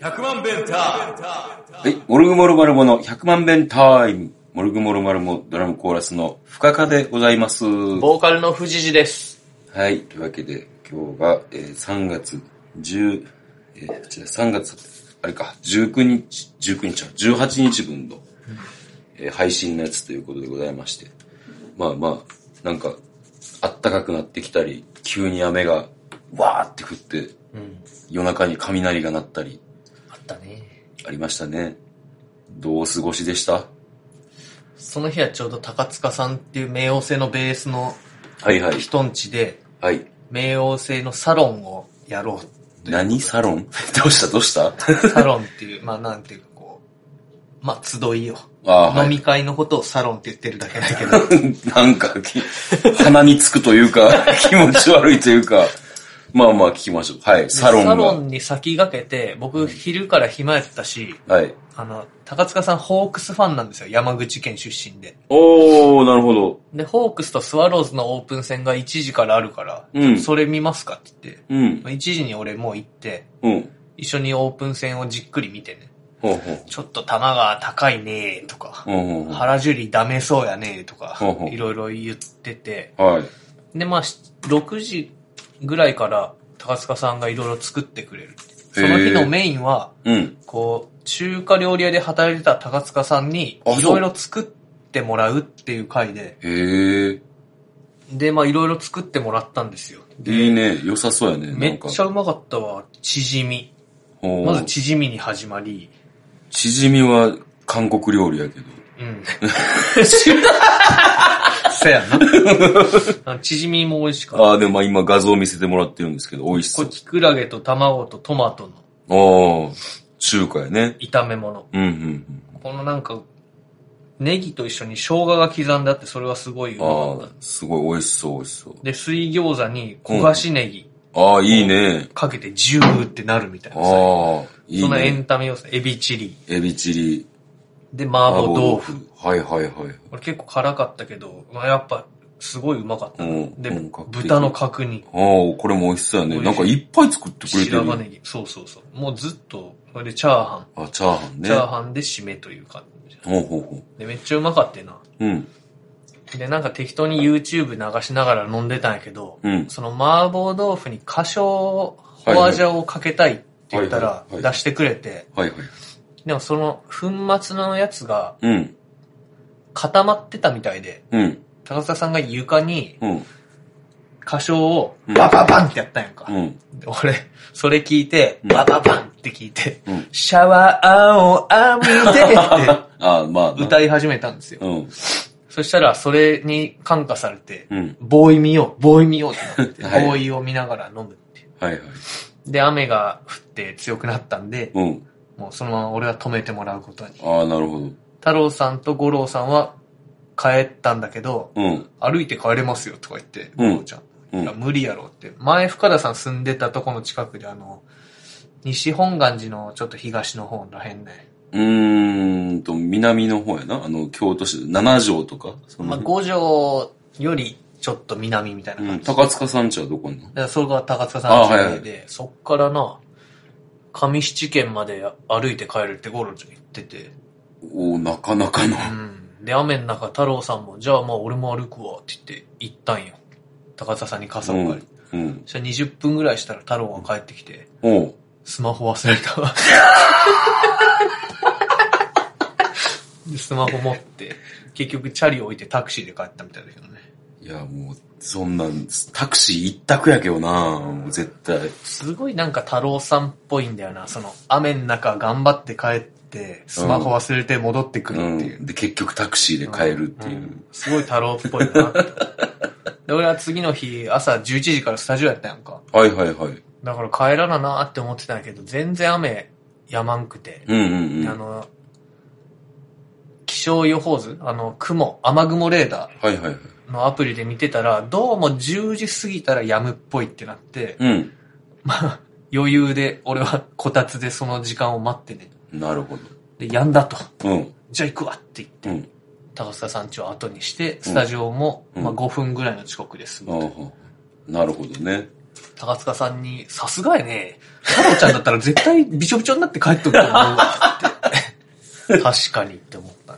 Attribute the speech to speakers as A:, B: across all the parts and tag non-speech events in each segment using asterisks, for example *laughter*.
A: はい、モルグモルマルモの100万遍タイム。モルグモルマルモドラムコーラスの深カでございます。は
B: ボーカルの藤次です。
A: い、というわけで今日が、えー3月10、えーこちら3月、あれか、19日、19日は18日分の、えー配信のやつということでございまして。まあまあ、なんか、あったかくなってきたり、急に雨がわーって降って、
B: うん。
A: 夜中に雷が鳴ったり、
B: あったね。
A: ありましたね。どうお過ごしでした
B: その日はちょうど高塚さんっていう冥王星のベースの
A: はいはい。
B: 人んちで、
A: はい。
B: 冥王星のサロンをやろ
A: 何サロン *laughs* どうしたどうした
B: う。サロンっていう、 *laughs* まあなんていうかこう、まあ集いよ。
A: あーはい
B: 飲み会のことをサロンって言ってるだけだけど、
A: *laughs* なんかき、鼻につくというか、 *laughs* 気持ち悪いというか、まあまあ聞きましょう。はい、 *laughs* サロンが。
B: サロンに先駆けて、僕昼から暇やったし、
A: はい。
B: あの、高塚さんホークスファンなんですよ。山口県出身で。
A: おー、なるほど。
B: で、ホークスとスワローズのオープン戦が1時からあるから、
A: うん
B: それ見ますかって言って、
A: うん。
B: 1時に俺もう行って、
A: うん。
B: 一緒にオープン戦をじっくり見てね。
A: ほうほう。
B: ちょっと球が高いねーとか、
A: ほうほうほ
B: 原樹里ダメそうやねーとか
A: ほうほう、
B: いろいろ言ってて。
A: う。はい。
B: で、まあ、し6時ぐらいから高塚さんがいろいろ作ってくれる。そ
A: へ
B: の
A: ー
B: 日のメインは、
A: うん。
B: こう、中華料理屋で働いてた高塚さんに、
A: あそう
B: いろいろ作ってもらうっていう回で、
A: へー。
B: で、まあ、いろいろ作ってもらったんですよ。
A: いいね。良さそうやね。
B: めっちゃ
A: ゃ、
B: うまかったわ。チヂミ。
A: ほう
B: まずチヂミに始まり、
A: チヂミは韓国料理やけど。 *laughs*
B: うん。せや *laughs* な。チヂミも美味しかった。
A: あー、でもまあ今画像見せてもらってるんですけど、美味しそ
B: これ
A: う。
B: キクラゲと卵とトマトの
A: あー、中華やね。
B: 炒め物。
A: うんうんうん。
B: このなんか、ネギと一緒に生姜が刻んであって、それはすごいうまか
A: あ
B: っ
A: あ、すごい美味しそう、美味しそう
B: た。。で、水餃子に焦がしネギ
A: ああ、いいね。
B: かけてジューってなるみたいな。
A: ああ、い
B: そ
A: い
B: のエ
A: ね。
B: ンタメ要素、エビチリ。
A: エビチリ、
B: で、麻婆豆腐。。
A: はいはいはい。
B: これ結構辛かったけど、まあ、やっぱ、すごいうまかった。
A: うん
B: で
A: 本格、的
B: 豚の角煮。
A: ああ、これも美味しそうやね。
B: 美
A: なん
B: 味しい
A: かいっぱい作ってくれてる
B: 白。髪ネギ。そうそうそう。もうずっと、これでチャーハン。
A: あ、チャーハンね
B: チ。ャーハンで締めという感じ。
A: ほうほうほ
B: で、めっちゃうまかったよな。
A: う。うん。
B: で、なんか適当に YouTube 流しながら飲んでたんやけど、
A: うん
B: その麻婆豆腐に花椒、ホワジャオをかけたいって言った
A: は
B: ら
A: いはいはい
B: 出してくれて、
A: はいはい。
B: でもその粉末のやつが
A: うん。
B: 固まってたみたいで、
A: うん。
B: 高田さんが床に
A: うん。
B: 花椒を
A: うん
B: バババンってやったんやんか。
A: うん。
B: で俺、それ聞いて、
A: うん
B: バババンって聞いて、
A: うん
B: シャワーを浴びてっ
A: ああ、まあ。 *laughs*
B: て歌い始めたんですよ。
A: うん。
B: そしたら、それに感化されて、
A: うん。
B: ボーイ見よう、ボーイ見ようってなって、
A: はい
B: ボーイを見ながら飲むっていう。
A: はいはい。
B: で、雨が降って強くなったんで、
A: うん。
B: もうそのまま俺は止めてもらうことに。
A: ああ、なるほど。
B: 太郎さんと五郎さんは帰ったんだけど、
A: うん。
B: 歩いて帰れますよとか言って、
A: うん
B: 五郎ちゃん。
A: うん
B: いや無理やろって。前、深田さん住んでたとこの近くで、あの、西本願寺のちょっと東の方らへんね。
A: うーんと、南の方やな。あの、京都市、七条とか。そ
B: まあ、
A: の
B: 五条よりちょっと南みたいな
A: う
B: 感
A: ん。
B: じ。
A: 高塚さんちはどこなの
B: だからそれが高塚さん
A: あ
B: の
A: はいはい
B: 家で、そっからな、上七軒まで歩いて帰るってゴロちゃん言ってて、
A: おーなかなかの。
B: うん。で、雨の中太郎さんも、じゃあまあ俺も歩くわって言って行ったんよ。高田さんに傘を借りて。
A: うん。
B: そしたら20分ぐらいしたら太郎が帰ってきて、
A: おう
B: スマホ忘れた
A: *laughs*
B: わ。でスマホ持って、結局チャリ置いてタクシーで帰ったみたいだけどね。
A: いや、もう、そんなん、タクシー一択やけどなもう絶対。
B: すごいなんか太郎さんっぽいんだよな。その、雨の中頑張って帰って、スマホ忘れて戻ってく
A: う
B: るっていう。
A: ん。で、結局タクシーで帰るっていう。
B: んすごい太郎っぽいな
A: *laughs*
B: って。で、俺は次の日、朝11時からスタジオやったやんか。
A: はいはいはい。
B: だから帰らななって思ってたんやけど、全然雨やまんくて。
A: うんうんうん。
B: あ
A: はい
B: の、気象予報図あの、雲、雨雲レーダ
A: はいはい。
B: ーのアプリで見てたら、どうも10時過ぎたらやむっぽいってなって、
A: うん。
B: まあ、余裕で俺はこたつでその時間を待ってね。
A: なるほ
B: で、やんだと。
A: ど。うん。
B: じゃあ行くわって言って、
A: うん。
B: 高須田さん家を後にして、スタジオも、
A: うん
B: まあ5分ぐらいの遅刻です。
A: ああ、なるほどね。
B: 高塚さんに、さすがやね。太郎ちゃんだったら絶対びちょびちょになって帰っとくと思う
A: *laughs*
B: わって。確かにって思った。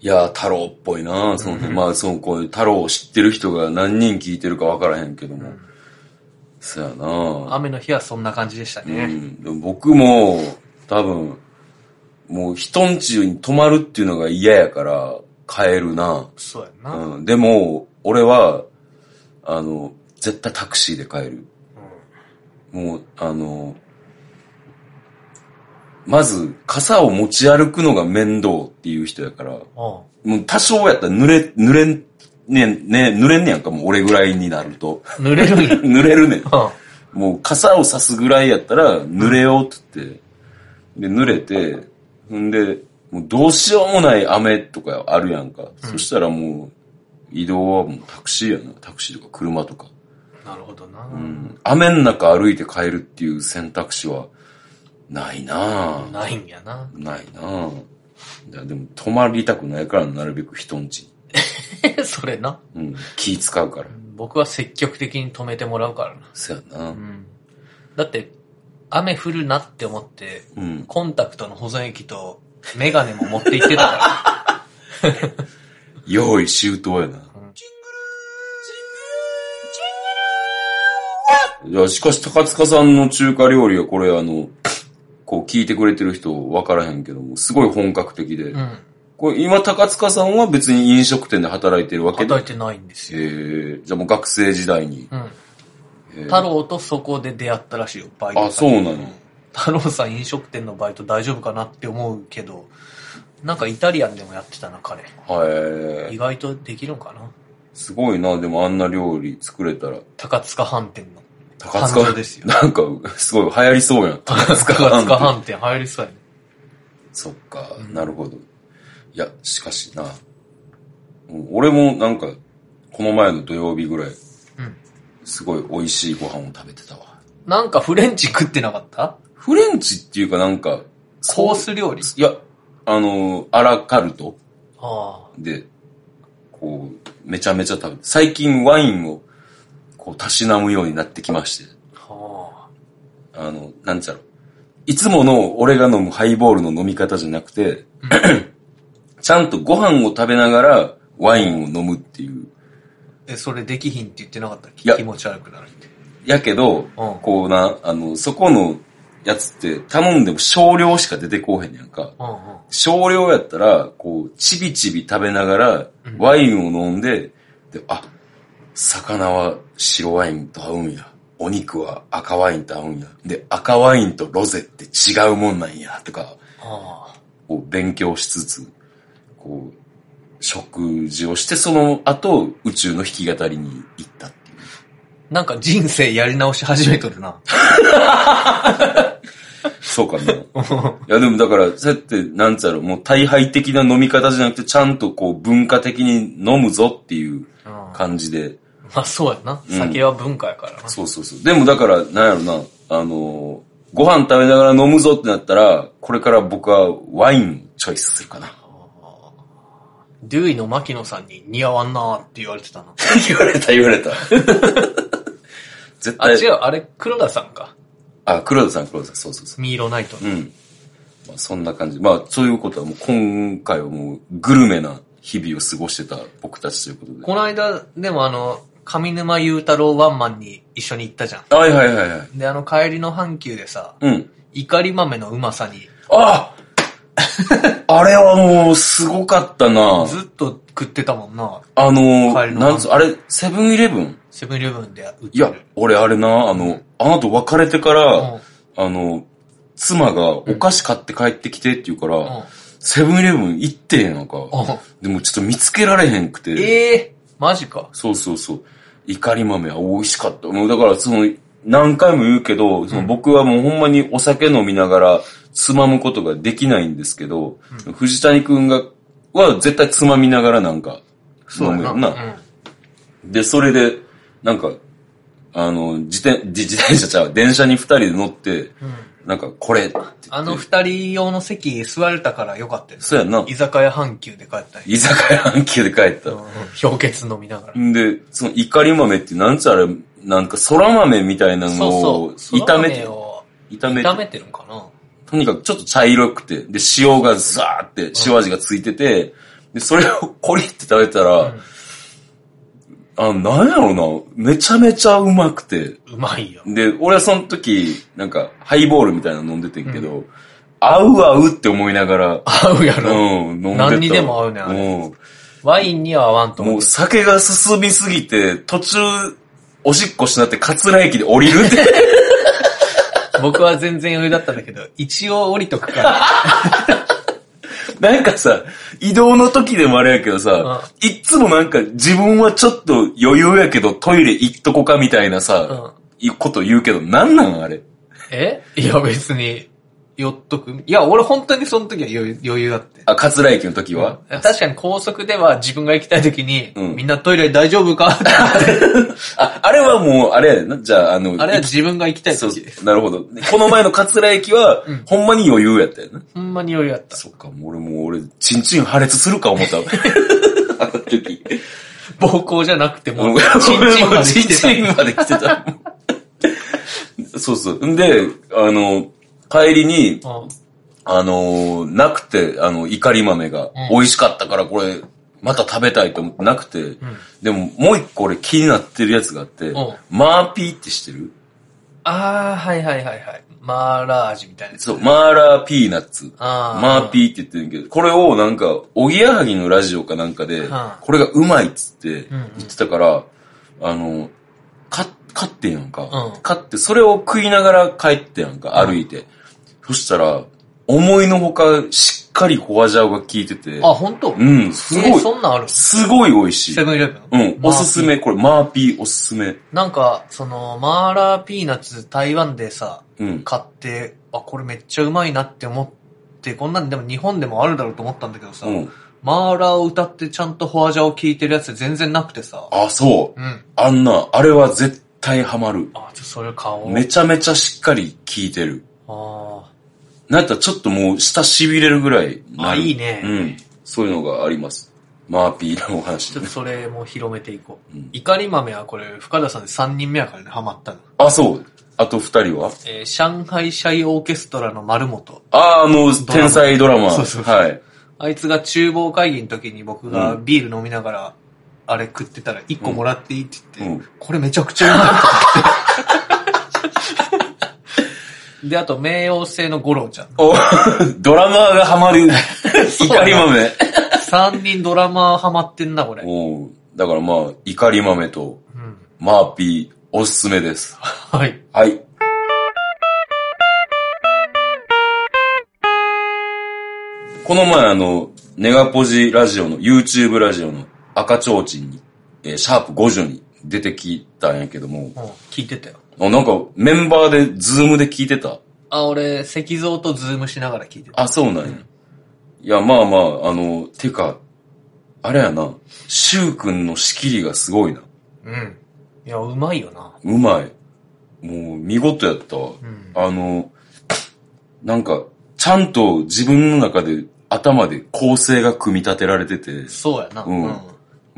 A: いやー、太郎っぽいなそ
B: *laughs*
A: の、まあ、その、こういう太郎を知ってる人が何人聞いてるかわからへんけども。そやな
B: 雨の日はそんな感じでした
A: う
B: ね。
A: ん。でも僕も、多分、もう人んちに泊まるっていうのが嫌やから、帰るな
B: そうやんな。
A: うん。でも、俺は、あの、絶対タクシーで帰る。もう、あの、まず、傘を持ち歩くのが面倒っていう人やから、
B: うん
A: もう多少やったら濡れ、濡れん、ねん、ね、濡れんねやんか、もう俺ぐらいになると。 *laughs*
B: 濡れるんや。うん
A: 濡れるねん。もう傘を差すぐらいやったら、濡れようって言って。で、濡れて、ほんで、もうどうしようもない雨とかあるやんか。そしたらもう、移動はもうタクシーやな。タクシーとか車とか。
B: なるほどな。
A: うん。雨の中歩いて帰るっていう選択肢は、ないなぁ。
B: ないんやな。 *laughs*
A: ないなぁ。いやでも、泊まりたくないから、なるべく人んち。
B: それな。
A: うん。気使うから。
B: 僕は積極的に止めてもらうからな。
A: そやな
B: う。ん。だって、雨降るなって思って、
A: うん。
B: コンタクトの保存液とメガネも持って行ってたか
A: 用意周到やな。いや、しかし高塚さんの中華料理はこれあの、こう聞いてくれてる人わからへんけども、すごい本格的で。 *laughs*
B: ら。うん。
A: これ今高塚さんは別に飲食店で働いてるわけで。
B: 働いてないんです
A: え
B: よ。
A: ー、じゃあもう学生時代に。
B: うん。
A: えー
B: 太郎とそこで出会ったらしいよ、バイト。
A: あ、そうなの。
B: 太郎さん飲食店のバイト大丈夫かなって思うけど、なんかイタリアンでもやってたな、彼。
A: はい
B: 意。外とできるんかな。
A: すごいな、でもあんな料理作れたら。
B: 高塚飯店の。
A: 高
B: 感
A: 塚
B: 動ですよ
A: なんか、すごい流行りそうやん。
B: *laughs*
A: 高
B: 高塚
A: 飯店
B: 飯店入りそうやね。
A: そっか、なるほど。いや、しかしな、もう俺もなんか、この前の土曜日ぐらい、
B: うん。
A: すごい美味しいご飯を食べてたわ。
B: なんかフレンチ食ってなかった
A: フレンチっていうかなんか、
B: コース料理
A: いや、あの、アラカルト
B: あ
A: で、こう、めちゃめちゃ食べて、最近ワインを、こう、たしなむようになってきまして、
B: あ。は
A: あの、なんちゃろ。いつもの俺が飲むハイボールの飲み方じゃなくて、 *clears throat* ちゃんとご飯を食べながらワインを飲むってい
B: あ。
A: う。
B: え、それできひんって言ってなかったっ
A: いや
B: け気持ち悪くなるって。
A: やけど、こうな、あの、そこのやつって頼んでも少量しか出てこうへんやんか。
B: うんうん。
A: 少量やったら、こう、ちびちび食べながら
B: うん
A: ワインを飲んで、で、あ、魚は白ワインと合うんや。お肉は赤ワインと合うんや。で、赤ワインとロゼって違うもんなんや、とか。
B: あ
A: こう勉強しつつ、こう、食事をして、その後、宇宙の弾き語りに行ったっていう。
B: あ。なんか人生やり直し始めとるな。
A: そうか *laughs* な。いや、でもだから、そうやって、なんつうやろ、もう大敗的な飲み方じゃなくて、ちゃんとこう、文化的に飲むぞっていう
B: うん。ま
A: 感じで。
B: あそうやな。
A: うん
B: 酒は文化やからな。
A: そうそうそう。でもだから、なんやろな、あのー、ご飯食べながら飲むぞってなったら、これから僕はワインチョイスするかな。
B: デューイの牧野さんに似合わんなーって言われてたな。
A: *laughs* 言われた言われた。絶
B: あ、
A: 対。
B: 違う、あれ、黒田さんか。
A: あ、黒田さん黒田さん、そうそうそう。
B: ミーロナイトの。
A: うん。まあ、そんな感じ。まあ、そういうことはもう今回はもうグルメな日々を過ごしてた僕たちということで。
B: この間、でもあの、上沼雄太郎ワンマンに一緒に行ったじゃ
A: はいはいはいはい。
B: ん。で、あの帰りの阪急でさ、
A: うん。
B: 怒り豆のうまさに、
A: あ *laughs* ああれはもうすごかったな
B: ずっと食ってたもんな。
A: あの
B: 帰り
A: ー、
B: の
A: なんつ、あれ、セブンイレブン
B: セブンイレブンで売って
A: いや
B: る。、
A: 俺あれな、あの、あなた別れてから、
B: うん
A: あの、妻がお菓子買って帰ってきてって言うから、
B: うん
A: セブンイレブン行ってんやんか。
B: うん
A: でもちょっと見つけられへんくて。
B: ええマジか。
A: そうそうそう。怒り豆は美味しかった。もうだからその、何回も言うけど、その僕はもうほんまにお酒飲みながらつまむことができないんですけど、藤谷くんが、は絶対つまみながらなんか飲むよな。で、それで、なんか、あの、自転、自自転車ちゃう、電車に二人で乗って、
B: うん。うん。
A: なんかこれって言って
B: あの二人用の席座れたからよかったよ。
A: そうやな
B: 居。酒屋阪急で帰ったり。
A: 居酒屋半球で帰った。
B: うん氷結飲みながら。
A: んで、その怒り豆ってなんつうあれ、なんか空豆みたいなの
B: そ
A: を
B: うそう。
A: 炒め
B: そ
A: て
B: ら豆、を
A: 炒め
B: 炒
A: て、
B: めてるんかな
A: とにかくちょっと茶色くて、で、塩がザーって、塩味がついてて、で、それをコリって食べたら、あ、なんやろうな、めちゃめちゃうまくて、
B: うまいよ。
A: で、俺はその時、なんか、ハイボールみたいなの飲んでてんけど、合う合うって思いながら、
B: 合うや
A: うん、
B: ろ。
A: 飲んでた。
B: 何にでも合うねあ
A: うん。
B: ワインには合わんと思
A: も
B: う
A: う。酒が進みすぎて、途中、おしっこしなって、桂駅で降りるって。
B: 僕は全然余裕だったんだけど、一応降りとくから。
A: *laughs* なんかさ、移動の時でもあれやけどさ、いっつもなんか自分はちょっと余裕やけどトイレ行っとこかみたいなさ、いこと言うけど、なんなんあれ。
B: えいや別に、寄っとく。いや、俺本当にその時は余裕余裕だって。
A: あ、桂駅の時は、
B: 確かに高速では自分が行きたい時に、
A: うん
B: みんなトイレ大丈夫
A: *laughs*
B: かって言って
A: あ、あれはもう、あれやな、じゃあ、あの、
B: あれは自分が行きたい
A: そう
B: 時。
A: なるほど。この前の桂
B: *laughs*
A: 駅は、ほんまに余裕やったよね。
B: ほんまに余裕だった。
A: そっか、もう俺もう俺、チンチン破裂するか
B: *laughs*
A: 思ったわ。あの時。 *laughs*
B: 暴行じゃなくても
A: も
B: う、
A: う、
B: チンチンまで来
A: チン
B: てた。
A: チンまで来てた。そうそう。んで、あの、帰りに、
B: うん
A: あの、なくて、あの、怒り豆が、美味しかったからこれ、また食べたいと思ってなくて、でももう一個俺気になってるやつがあって、
B: ん
A: マーピーって知ってる
B: あー、はいはいはいはい。マーラー味みたいなやつ。
A: そう、マーラーピーナッツ。
B: あ
A: マーピーって言ってるけど、これをなんか、おぎやはぎのラジオかなんかで
B: はあ、
A: これがうまいっつって
B: んうん
A: 言ってたから、あの、か、買ってんやんか
B: うん。
A: 買って、それを食いながら帰ってやんか、歩いて。そしたら、思いのほか、しっかりホワジャオが効いてて、
B: あ、本当
A: うん、す
B: え
A: ご
B: ー
A: い、
B: そんなんある
A: すごい美味しい
B: セ。ブンイレブン
A: うん、おすす。
B: マーピー
A: め、これ、マーピーおすすめ。
B: なんか、その、マーラーピーナッツ台湾でさ、
A: うん。
B: 買って、あ、これめっちゃうまいなって思って、こんなんでも日本でもあるだろうと思ったんだけどさ、
A: うん。
B: マーラーを歌ってちゃんとフォアジャを聴いてるやつ全然なくてさ、
A: あ、そう。
B: うん。
A: あんな、あれは絶対ハマる。
B: あ、じゃあそれ買おう。
A: めちゃめちゃしっかり効いてる。
B: あ
A: なんやったらちょっともう舌痺れるぐらい
B: あ。
A: な
B: あ、
A: る。
B: いいね。
A: うん。そういうのがあります。マーピーのお
B: ち
A: 話
B: ょっ。とそれも広めていこう。
A: うん
B: 怒り豆はこれ、深田さんで3人目やからね、ハマったの。
A: あ、そう。あと二人は
B: えー上海シャイオーケストラの丸本。
A: あ、あの、天才ドラマ。
B: そうそうそう
A: はい。
B: あいつが厨房会議の時に僕がビール飲みながら、あれ食ってたら1個もらっていいって言って、
A: うん
B: これめちゃくちゃうまいと思って。 *laughs* で、あと、冥王星の五郎ちゃん。
A: おドラマーがハマる。
B: *laughs* そうだ
A: 怒り豆。
B: 3人ドラマーハマってんな、これ。
A: おうだからまあ、怒り豆と
B: うん。
A: マーピー、おすすめです。
B: はい。
A: はい。この前あの、ネガポジラジオの、YouTube ラジオの赤ちょうちんに、えーシャープ50に出てきたんやけども、
B: うん、聞いてたよ。
A: あなんかメンバーでズームで聞いてた。
B: あ、俺、石像とズームしながら聞いてた。
A: あ、そうなんや。いや、まあまあ、あの、てか、あれやな、シュウくんの仕切りがすごいな。
B: うん。いや、うまいよな。
A: うまい。もう、見事やったわ。
B: うん。
A: あの、なんか、ちゃんと自分の中で、頭で構成が組み立てられてて、
B: そうやな。
A: う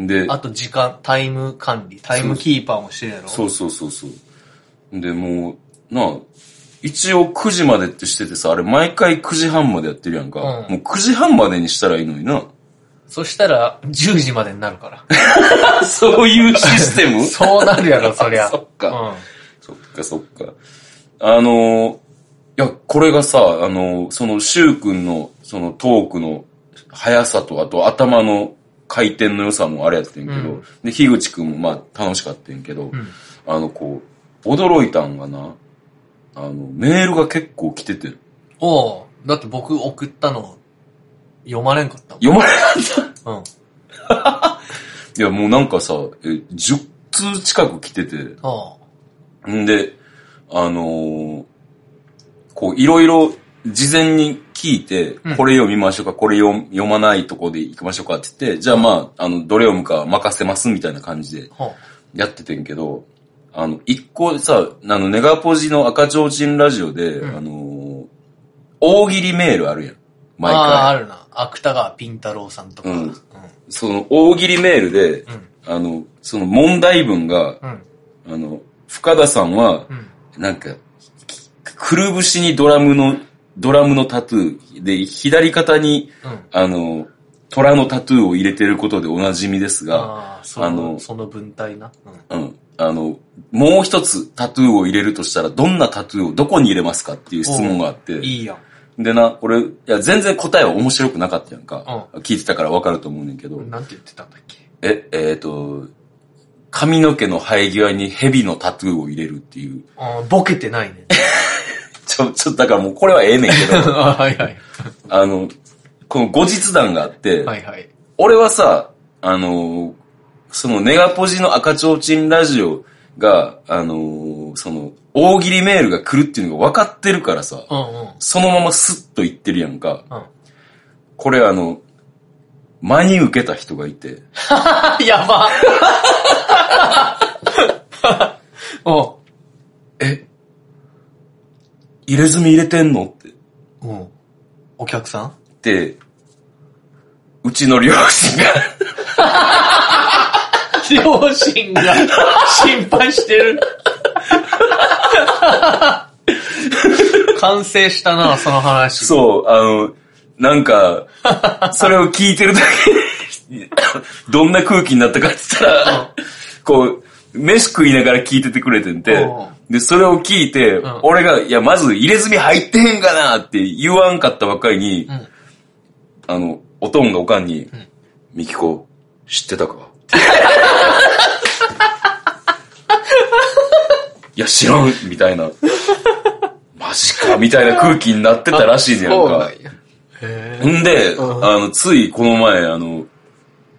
A: んで、
B: あと、時間、タイム管理、タイムキーパーもしてるやろ。
A: そうそうそうそう。で、もう、なあ、一応9時までってしててさ、あれ毎回9時半までやってるやんか。
B: うん
A: もう9時半までにしたらいいのに
B: *laughs*
A: な。
B: そしたら、10時までになるから。 *laughs*
A: そういうシステム
B: そうなるやろ、そりゃ。
A: *laughs* そっか。そっかそっか。あのー、いや、これがさ、あのー、その、シュウ君の、その、トークの速さと、あと、頭の回転の良さもあれやってんけど、
B: うん
A: で、樋口君も、まあ、楽しかったんけど、
B: うん。うん。
A: あの、こう、驚いたんがな、あの、メールが結構来てて、
B: おうだって僕送ったの、読まれんかった
A: 読まれない。
B: もん。うん。
A: *laughs* いや、もうなんかさ、え、10通近く来てて、
B: あ
A: んで、あのーこう、いろいろ事前に聞いて、
B: うん
A: これ読みましょうか、これ読読まないとこで行きましょうかって言って、じゃあまあ、あの、どれ読むか任せますみたいな感じで
B: あ。は
A: やっててんけど、あの、一個さ、あの、ネガポジの赤ちょうちんラジオで、
B: うん
A: あのー大喜利メールあるやん。
B: あ。
A: 毎
B: ああ、あ
A: 回。
B: るな。芥川ピン太郎さんとか。
A: うん
B: うん。
A: その、大喜利メールで、
B: うん。
A: あの、その問題文が、
B: うん。
A: あの、深田さんは、
B: うん。
A: なんか、くるぶしにドラムの、ドラムのタトゥーで、左肩に、
B: うん。
A: あの、虎のタトゥーを入れてることでおなじみですが、
B: ああ、そ
A: あ
B: の、
A: の
B: その文体な。うん。
A: うん。あの、もう一つタトゥーを入れるとしたら、どんなタトゥーをどこに入れますかっていう質問があって、
B: いいやん。
A: でな、これ、いや、全然答えは面白くなかったやんか。聞いてたからわかると思うねんけど、
B: なんて言ってたんだっけ
A: え、えっ、と、髪の毛の生え際に蛇のタトゥーを入れるっていう。
B: ああ、ボケてない
A: *laughs*
B: ね。
A: ちょ、ちょ、だからもうこれはええねんけど、
B: あはいはい。
A: あの、この後日談があって、
B: はいはい。
A: 俺はさ、あのーそのネガポジの赤ちょうちんラジオが、あのーその、大喜利メールが来るっていうのが分かってるからさ、
B: うんうん。
A: そのままスッと言ってるやんか。
B: う
A: これあの、真に受けた人がいて、
B: ん。 *laughs* や
A: *laughs*
B: ば *laughs* お
A: え入れ墨入れてんのって。
B: う。うん。お客さん
A: で、うちの両親が
B: 両親が心配してる。完成したな、その話。
A: そう、あの、なんか、それを聞いてるだけ
B: *laughs*
A: でどんな空気になったかって言ったら、こう、飯食いながら聞いててくれてんて
B: うん、
A: で、それを聞いて、
B: ん
A: 俺が、いや、まず入れ墨入ってへんかなって言わんかったばっかりに、
B: ん
A: あの、おとんがおかんに、みきこ、知ってたか *laughs* いや、知らんみたいな。マジかみたいな空気になってたらしいねやん
B: そう
A: か
B: な。んや。へえ。
A: んで、
B: うん
A: あの、ついこの前、あの、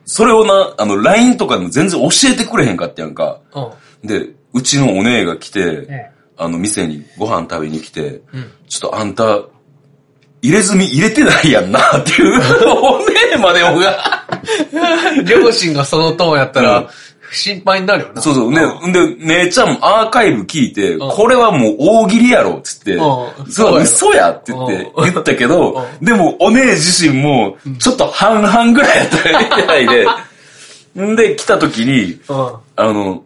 A: それをな、あの、LINE とかでも全然教えてくれへんかってやんか。
B: うん。
A: で、うちのお姉が来て
B: え、
A: あの、店にご飯食べに来て、
B: うん
A: ちょっとあんた、入れ墨入れてないやんな、っていう、 *laughs* お姉までもが。
B: 両親がそのトーンやった
A: うん
B: ら、心配になるよな。
A: そうそう、ね、んで、姉ちゃんもアーカイブ聞いて、
B: ん
A: これはもう大喜利やろ、つって、
B: うん
A: そ
B: そう
A: う、
B: や
A: 嘘やって言って、
B: うん
A: 言ったけど、
B: う
A: でも、お姉自身も、ちょっと半々ぐらいやったみたいで、
B: *laughs*
A: んで、来た時に、
B: うん。
A: あの、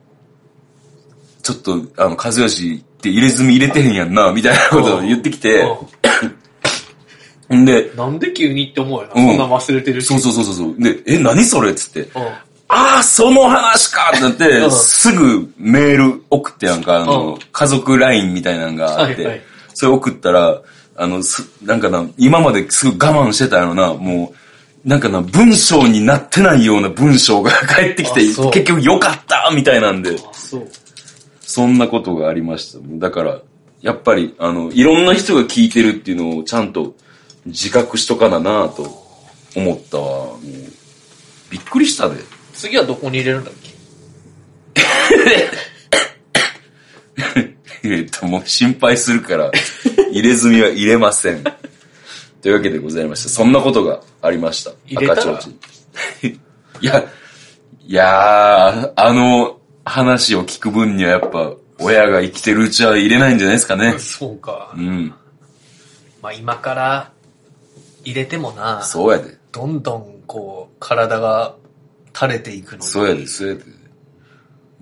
A: ちょっと、あの、和義って入れ墨入れてへんやんな、みたいなことを言ってきて、んで
B: う、んなんで急にって思うよな。
A: うん
B: そんな忘れてるし。
A: そうそうそうそう、で、え、何それっつって、
B: うん。
A: ああ、その話かってなっ
B: う
A: て、
B: ん
A: すぐメール送ってなんか、あ
B: うん
A: の、家族 LINE みたいなのがあっ
B: はいは
A: て
B: い、
A: それ送ったら、あの、すなんかな、今まですぐ我慢してたよな、もう、なんかな、文章になってないような文章が *laughs* 返ってきて、
B: あそう
A: 結局よかったみたいなんで、
B: あ、そう。
A: そんなことがありました。だから、やっぱり、あの、いろんな人が聞いてるっていうのをちゃんと自覚しとかななと思ったわ。もうびっくりしたで。
B: 次はどこに入れるんだっけ
A: えっと、もう心配する
B: *laughs*
A: から、入れ墨は入れません。というわけでございました。そんなことがありました。
B: 入れたら
A: 赤ちょうちんいや、いやー、あの話を聞く分にはやっぱ、親が生きてるうちは入れないんじゃないですかね。
B: そうか
A: う。ん、
B: まあ今から入れてもな、
A: そうやで。
B: どんどんこう体が垂れていくのに。
A: そうやで、そうやで。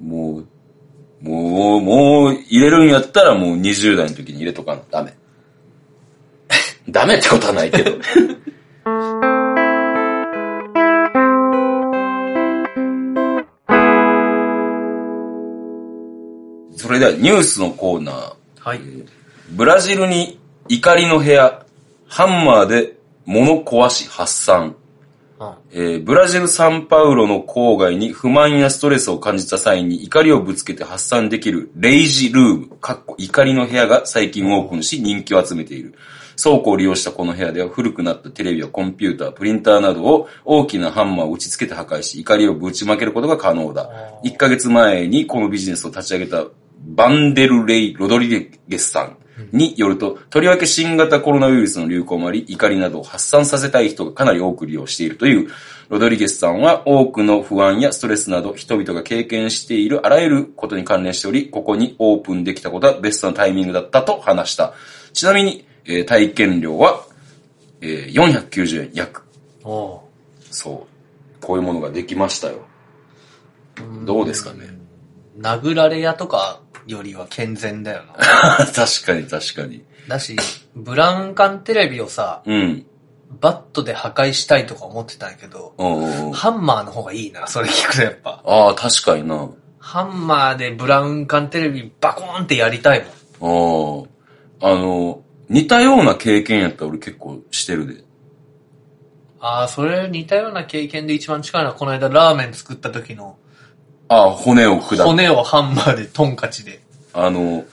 A: もう、もう、もう、入れるんやったらもう20代の時に入れとかな。ダメ。 *laughs* ダメってことはないけど。 *laughs* それではニュースのコーナー。
B: はい。
A: ブラジルに怒りの部屋、ハンマーで物壊し発散。
B: うん
A: えーブラジル・サンパウロの郊外に不満やストレスを感じた際に怒りをぶつけて発散できるレイジルーム、かっこ怒りの部屋が最近オープンし人気を集めている。倉庫を利用したこの部屋では古くなったテレビやコンピューター、プリンターなどを大きなハンマーを打ち付けて破壊し怒りをぶちまけることが可能だ。1ヶ月前にこのビジネスを立ち上げたバンデルレイ・ロドリゲスさんによると、とりわけ新型コロナウイルスの流行もあり、怒りなどを発散させたい人がかなり多く利用しているという、ロドリゲスさんは多くの不安やストレスなど人々が経験しているあらゆることに関連しており、ここにオープンできたことはベストなタイミングだったと話した。ちなみに、えー体験料は、えー490円約。
B: お
A: そう。こういうものができましたよ。どうですかね。 *laughs*
B: う殴られ屋とかよりは健全だよな。
A: *laughs* 確かに確かに。
B: だし、ブラウン管テレビをさ、
A: うん。
B: バットで破壊したいとか思ってたんやけど、
A: おうおう
B: ハンマーの方がいいな、それ聞くとやっぱ。
A: ああ、確かにな。あ
B: ハンマーでブラウン管テレビバコーンってやりたいもん。
A: あ。あの、似たような経験やったら俺結構してるで。
B: ああ、それ似たような経験で一番近いのは、この間ラーメン作った時の、
A: ああ、骨を砕く。
B: 骨をハンマーでトンカチで。
A: あの、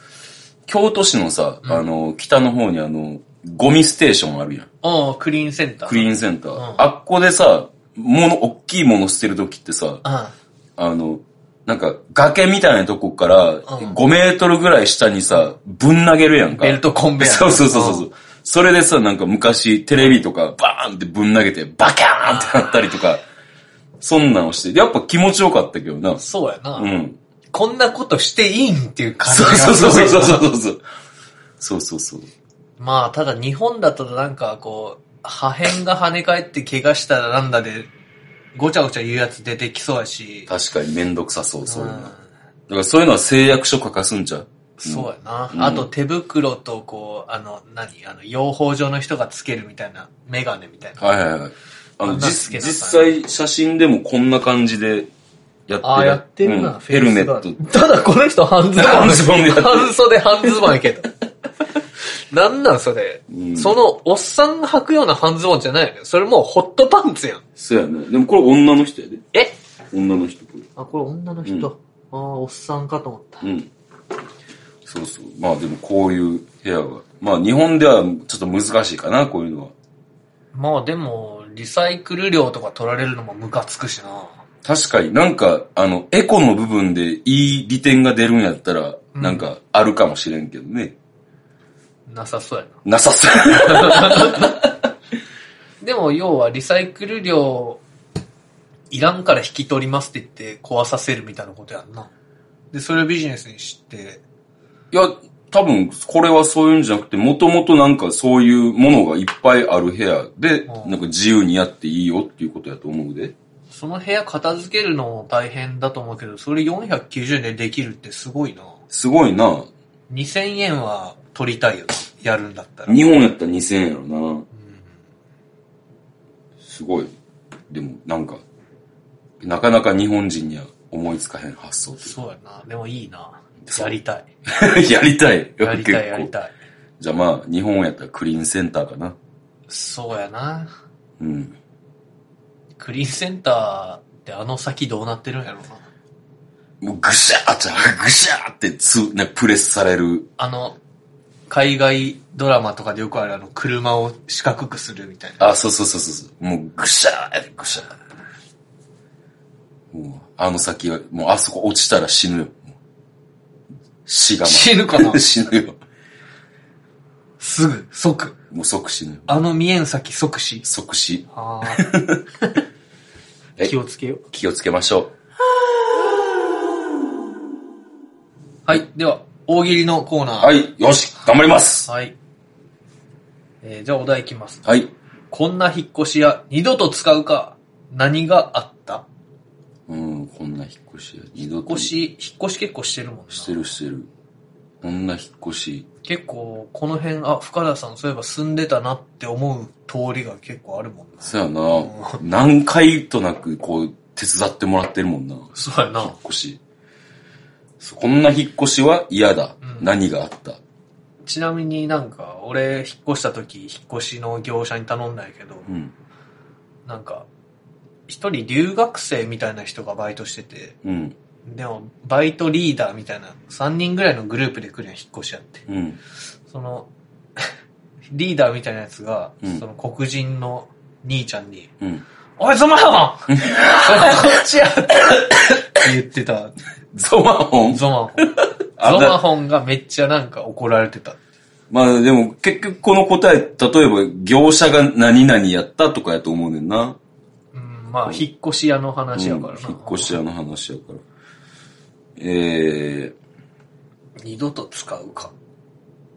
A: 京都市のさ、あの、北の方にあの、ゴミステーションあるやん。
B: おうクリーンセンター。
A: クリ
B: ン。
A: ーンセンター。
B: うん
A: あっこでさ、物、大きいもの捨てるときってさ、
B: うん。
A: あの、なんか、崖みたいなとこから、
B: ん
A: 5メートルぐらい下にさ、ぶん投げるやんか。
B: ベルトコンベヤー
A: そうそうそうそう。それでさ、なんか昔、テレビとか、バーンってぶん投げて、バキャーンってなったりとか、そんなんをして、やっぱ気持ちよかったけどな。
B: そうやな。
A: うん。
B: こんなことしていいんっていう感じ
A: そ
B: が
A: うそうそうそうそうそうそう。そうそうそう。
B: まあ、ただ日本だとなんかこう、破片が跳ね返って怪我したらなんだで、ごちゃごちゃ言うやつ出てきそうやし。
A: 確かにめんどくさそう、そういうの。
B: ん
A: だからそういうのは誓約書書かすんじゃう
B: そうやな。
A: うん
B: あと手袋とこう、あの、何あの、養蜂場の人がつけるみたいな、メガネみたいな。
A: はいはいはい。あ
B: あ
A: の、
B: なんかつ
A: 実
B: けな
A: 実
B: さい
A: 際写真でもこんな感じでやってる。
B: ああ、やってるな、
A: うん
B: フェ
A: ヘ
B: イ
A: ル
B: ス
A: メ
B: ガ
A: ッ
B: ード
A: ト。
B: ただこの人半ズボン。
A: 半ズボンでやってる
B: 半袖半ズボンやけ *laughs* ど。なんなんそれ、
A: うん
B: その、おっさんが履くような半ズボンじゃないよね。それもうホットパンツやん。
A: そうやね。でもこれ女の人やで。
B: え
A: 女の人こ
B: あ、これ女の人。
A: うん
B: ああ、おっさんかと思った。
A: れ。うん。そうそう。まあでもこういう部屋は。まあ日本ではちょっと難しいかな、こういうのは。
B: まあでも、リサイクル料とか取られるのもムカつくしな。
A: 確かになんか、あの、エコの部分でいい利点が出るんやったら、
B: うん
A: なんかあるかもしれんけどね。
B: なさそうやな。
A: なさそう。 *laughs*
B: でも要はリサイクル料いらんから引き取りますって言って壊させるみたいなことやんな。で、それをビジネスにして、
A: いや、多分、これはそういうんじゃなくて、もともとなんかそういうものがいっぱいある部屋で、
B: うん
A: なんか自由にやっていいよっていうことやと思うで。
B: その部屋片付けるのも大変だと思うけど、それ490円でできるってすごいな。
A: すごいな。
B: 2000円は取りたいよな。やるんだったら。
A: 日本やったら2000円やろな。
B: うん
A: すごい。でも、なんか、なかなか日本人には思いつかへん発想と
B: そうやな。でもいいな。
A: そう
B: やりたい。
A: いうか *laughs* やりたい。
B: やりたい、
A: 結構
B: やりたい。
A: じゃあまあ、日本やったらクリーンセンターかな。
B: そうやな。
A: うん。
B: クリーンセンターってあの先どうなってるんやろうな。
A: もうぐしゃーちゃう、ぐしゃーってつ、ね、プレスされる。
B: あの、海外ドラマとかでよくあるあの、車を四角くするみたいな。
A: あ、そうそうそうそうそう。もうぐしゃー、ぐしゃー。もう、あの先は、もうあそこ落ちたら死ぬよ。もう死が
B: 死ぬかな
A: *laughs* 死ぬよ。
B: すぐ、即。
A: もう即死ぬよ。
B: あの見えん先即
A: *laughs*
B: 死。
A: 即死。
B: あ *laughs*
A: え
B: 気をつけよう。
A: 気をつけましょ
B: はい、では、大喜利のコーナ
A: う。
B: ー。
A: はい、よし、頑張ります。
B: はい。えーじゃあお題いきます。
A: はい。
B: こんな引っ越し屋、二度と使うか、何があった
A: うん、こんな引っ越しや。二度
B: 引っ
A: と
B: 越し、引っ越し結構してるもんな。
A: してるしてる。こんな引っ越し。
B: 結構、この辺、あ、深田さん、そういえば住んでたなって思う通りが結構あるもんな。
A: そやな、何回となくこう、手伝ってもらってるもんな。
B: そうや
A: 引
B: な
A: っ。越し。そうこんな引っ越しは嫌だ。
B: うん
A: 何があった
B: ちなみになんか、俺、引っ越した時、引っ越しの業者に頼んだんやけど、
A: うん。
B: なんか、一人留学生みたいな人がバイトしてて、
A: うん。
B: でも、バイトリーダーみたいな、3人ぐらいのグループで来るやん、引っ越しやって。
A: うん。
B: その、 *laughs* リーダーみたいなやつが、
A: うん
B: その黒人の兄ちゃんに、
A: うん。
B: おい、ゾマホンこっちやって言ってた。
A: ゾマホン
B: ゾマホン。
A: あ
B: ゾ
A: だ
B: マホンがめっちゃなんか怒られてた。
A: まあでも結局この答え、例えば業者が何々やったとかやと思うねんな。
B: うん、まあ、引っ越し屋の話やからな。
A: うん引っ越し屋の話やから。えー、
B: 二度と使うか。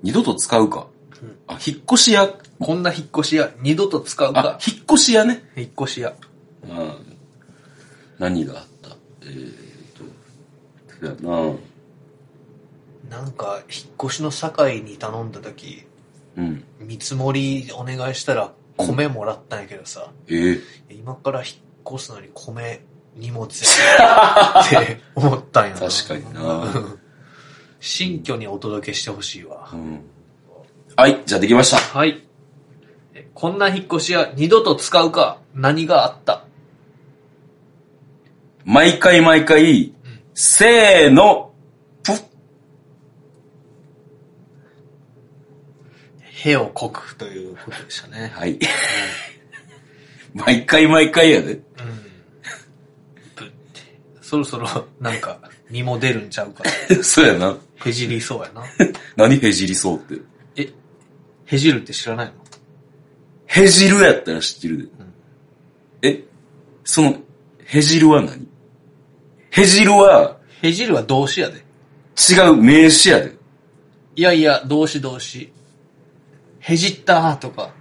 A: 二度と使うか
B: うん。
A: あ、引っ越し屋
B: こんな引っ越し屋、二度と使う
A: あ
B: か。、
A: 引っ越し屋ね。
B: 引っ越し屋。
A: うん何があったえー、っと、そうやな
B: なんか、引っ越しの堺に頼んだ時、
A: うん。
B: 見積もりお願いしたら、米もらったんやけどさ、
A: ええ
B: 今から引っ越すのに米、荷物や *laughs* って思ったんやな。
A: 確かにな
B: *laughs* うん新居にお届けしてほしいわ。
A: うん。はい、じゃあできました。
B: はい。えこんな引っ越しは二度と使うか、何があった。
A: 毎回毎回、せーの、ぷっ
B: へをこくということでしたね。
A: はい。 *laughs* 毎回毎回や
B: う
A: で。 *laughs*
B: ん。 *laughs* ぶって。そろそろ、なんか、身も出るんちゃ *laughs* うか。
A: そうやな。
B: へじりそうやな。
A: 何へじりそうって。
B: え、へじるって知らないの
A: へじるやったら知ってるで。えその、へじるは何へじるは
B: へじるは動詞やで。
A: 違う名詞やで。
B: いやいや、動詞動詞。へじったーとか。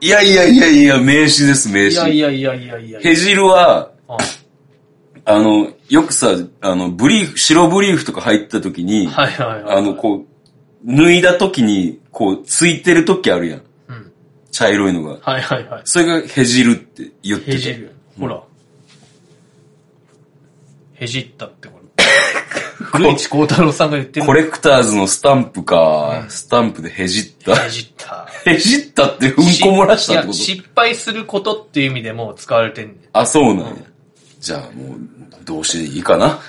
A: いやいやいやいや、名詞です、名
B: いやい
A: 詞。
B: やいやいやいやいや。
A: へじるは、
B: あ
A: あの、よくさ、あの、ブリーフ、白ブリーフとか入った時に、
B: はいはいはい。
A: あの、こう、脱いだ時に、こう、ついてる時あるやん。
B: う。うん。
A: 茶色いのが。
B: はいはいはい。
A: それがへじるって言ってた。
B: へじる。ほら。へじったってこ
A: *laughs*
B: れ。古市光太郎さんが言ってる。
A: コレクターズのスタンプか、スタンプでへじった。
B: へじった。
A: へじったって *laughs* うんこ漏らしたって
B: い
A: こ
B: や、
A: と
B: 失敗することっていう意味でもう使われてんねん。
A: あ、そうなんや。じゃあもう、動詞でいいかな。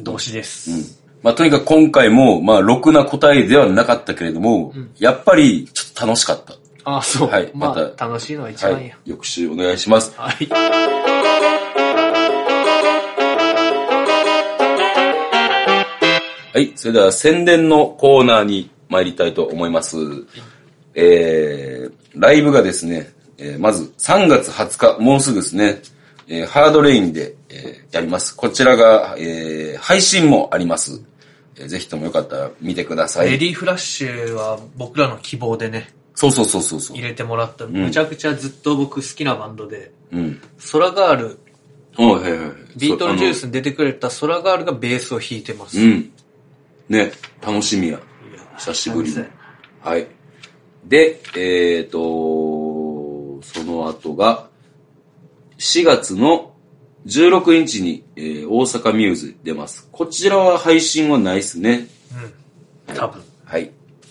B: 動詞です。
A: うん。まあとにかく今回も、まあろくな答えではなかったけれども、やっぱりちょっと楽しかった。
B: あ、そう。
A: はい
B: ま
A: ま
B: あ、
A: た
B: 楽しいのが一
A: は
B: 番いい
A: い
B: や。。
A: 翌週お願いします。
B: はい。
A: はい、それでは宣伝のコーナーに参りたいと思います。えー、ライブがですね、えーまず3月20日、もうすぐですね、えーハードレインで、えーやります。こちらが、えー配信もあります。えーぜひともよかったら見てくださ
B: レ
A: い。
B: ディーフラッシュは僕らの希望でね、
A: そうそうそうそうそう
B: 入。れてもらった、めちゃくちゃずっと僕好きなバンドで、
A: うん。
B: ソラガール、
A: おはいはいはい。
B: ビートルジュー
A: そ
B: スに出てくれたソラガールがベースを弾いてます。
A: う。あのうん。ね、楽しみや。
B: いや
A: 久しぶりに
B: 全然
A: はい。で、えっ、と、その後が、4月の16日に、えー大阪ミューズ出ます。こちらは配信はないですね。
B: うん。多分。
A: はい。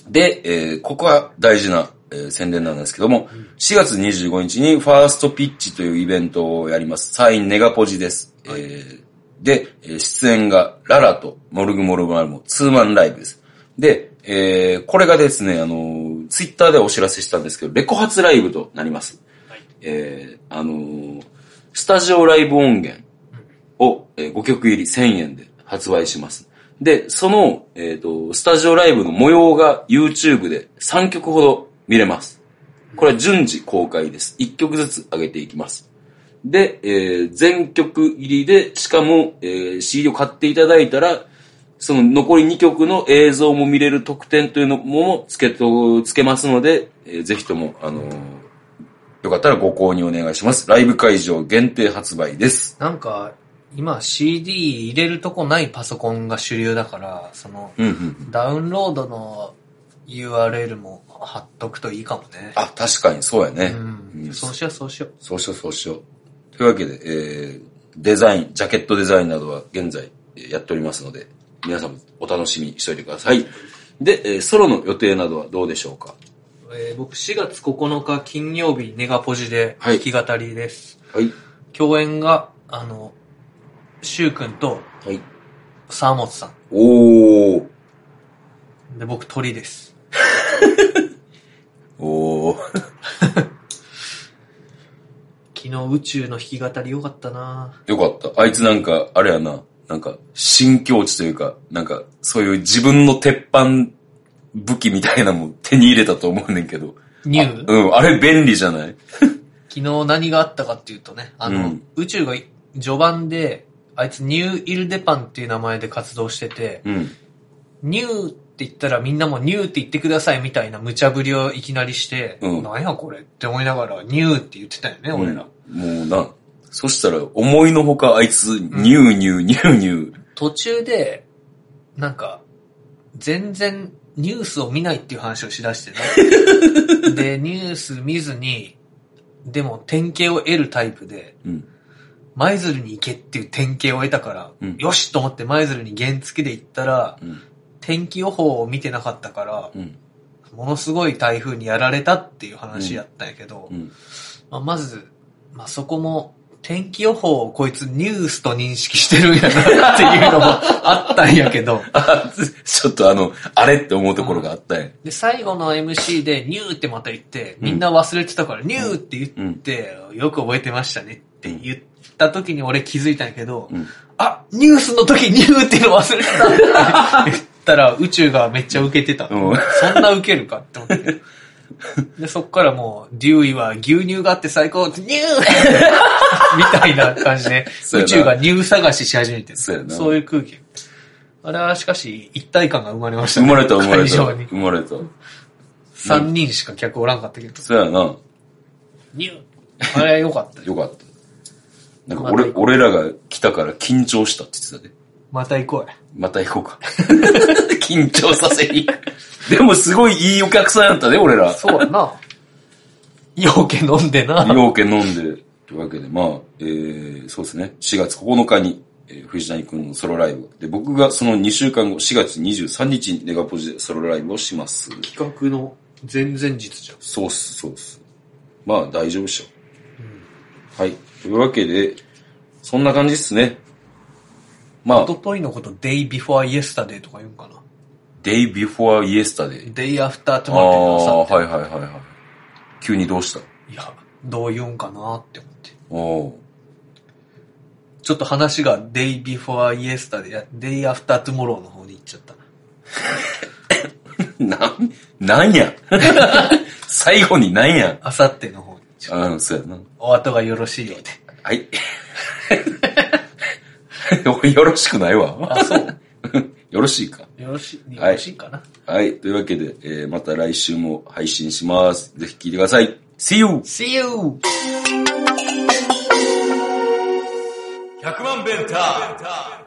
A: で、えーここは大事な、えー宣伝なんですけども、4月25日にファーストピッチというイベントをやります。サインネガポジです。えーで、えー出演がララとモルグモルマルモツーマンライブです。で、えーこれがですね、あのーツイッターでお知らせしたんですけど、レコ発ライブとなります。
B: はい
A: えーあのースタジオライブ音源を、えー5曲入り1000円で発売します。で、その、えっ、と、スタジオライブの模様が YouTube で3曲ほど見れます。これは順次公開です。1曲ずつ上げていきます。で、えー全曲入りで、しかも、えー CD を買っていただいたら、その残り2曲の映像も見れる特典というのもつけと、つけますので、えーぜひとも、あのーよかったらご購入お願いします。ライブ会場限定発売です。
B: なんか、今 CD 入れるとこないパソコンが主流だから、その、
A: うんうん。
B: ダウンロードの URL も貼っとくといいかもね。
A: あ、確かにそうやね。
B: う
A: うん
B: ん。そうしよう、そうしよう。
A: そうしよう、そうしよう。というわけで、えー、デザイン、ジャケットデザインなどは現在えーやっておりますので、皆さんもお楽しみにしておいてください。で、えーソロの予定などはどうでしょうか
B: えー僕4月9日金曜日ネガポジで
A: はい
B: 弾き語りです。
A: はい。
B: 共演が、あの、シュウ君と
A: はい。
B: 沢本さ
A: おー。
B: ん。で、僕鳥です。
A: おー。 *laughs*
B: 昨日宇宙の弾き語りよかったな
A: よかった。あいつなんか、あれやな、なんか、新境地というか、なんか、そういう自分の鉄板武器みたいなのも手に入れたと思うねんけど。
B: ニュー
A: うん、あれ便利じゃない
B: 昨日何があったかっていうとね、あの、
A: うん
B: 宇宙がい序盤で、あいつニューイルデパンっていう名前で活動してて、
A: うん。
B: ニューって言ったらみんなもニューって言ってくださいみたいな無茶ぶりをいきなりして、
A: うん
B: なんやこれって思いながらニューって言ってたよね、俺ら。
A: もうな、そしたら思いのほかあいつ、ニューニューニューニュー。
B: 途中で、なんか、全然ニュースを見ないっていう話をしだして
A: *laughs*
B: ね。で、ニュース見ずに、でも典型を得るタイプで、
A: うん。
B: 舞鶴に行けっていう典型を得たから、
A: うん
B: よしと思って舞鶴に原付で行ったら、
A: うん。
B: 天気予報を見てなかったから、
A: うん。
B: ものすごい台風にやられたっていう話やったんやけど、
A: うん。
B: まあ、まず、まあ、そこも、天気予報をこいつニュースと認識してるんやなっていうのもあったんやけど、
A: あちょっとあの、あれって思うところがあったんや。
B: で、最後の MC でニューってまた言って、
A: うん
B: みんな忘れてたから、ニューって言って、よく覚えてましたねって言った時に俺気づいたんやけど、
A: うん。
B: あ、ニュースの時ニューっていうの忘れて
A: *laughs*
B: たって言ったら宇宙がめっちゃ受けてた。
A: うん
B: そんな受けるかって思って。で、そっからもう、デューイは牛乳があって最高ニュー
A: *laughs*
B: みたいな感じで、
A: そう
B: 宇
A: やな
B: 宙がニュー探しし始めてる。
A: そうやな
B: そういう空気。あれはしかし、一体感が生まれました
A: 生
B: ね。
A: まれた生まれ
B: 会
A: た。
B: 場に
A: 生。まれた。
B: 3人しか客おらんかったけど、
A: そうやな。
B: ニューあれは良かったよ。
A: *laughs* よかった。なんか俺、俺らが来たから緊張したって言ってたで。
B: また行こうや。
A: また行こうか。緊張させに行く。でもすごいいいお客さんやったね、俺ら。
B: そうやな。陽気飲んで
A: *laughs*
B: な。
A: 陽家飲んでるわけで、まあ、えー、そうですね。4月9日に、えー藤谷くんのソロライブ。で、僕がその2週間後、4月23日にネガポジでソロライブをします。
B: 企画の前々日じゃん。
A: そうっす、そうっす。まあ、大丈夫っしょ。はい。というわけで、そんな感じっすね。まあ
B: 一、昨日のこと day before yesterday とか言うんかな。
A: day before yesterday。
B: day after
A: あ
B: tomorrow
A: あ
B: の
A: ー、はいはいはいはい。急にどうした
B: 朝。いや、どう言うんかなって思って。
A: おお
B: ちょっと話が day before yesterday いや、day after tomorrow の方に行っちゃった。
A: ー。 *laughs* なん、なんや *laughs* 最後になんや
B: あさっての方に。
A: うん、そうやな。
B: お後がよろしいようで。
A: はい。 *laughs* 俺よろしくないわ。
B: あ、そう。
A: よろしいか。
B: *laughs* よろしい、よ
A: はい
B: ろしいかな。
A: はい。というわけで、えーまた来週も配信します。ぜひ聞いてください。See you!
B: See you!
A: 100万ベンター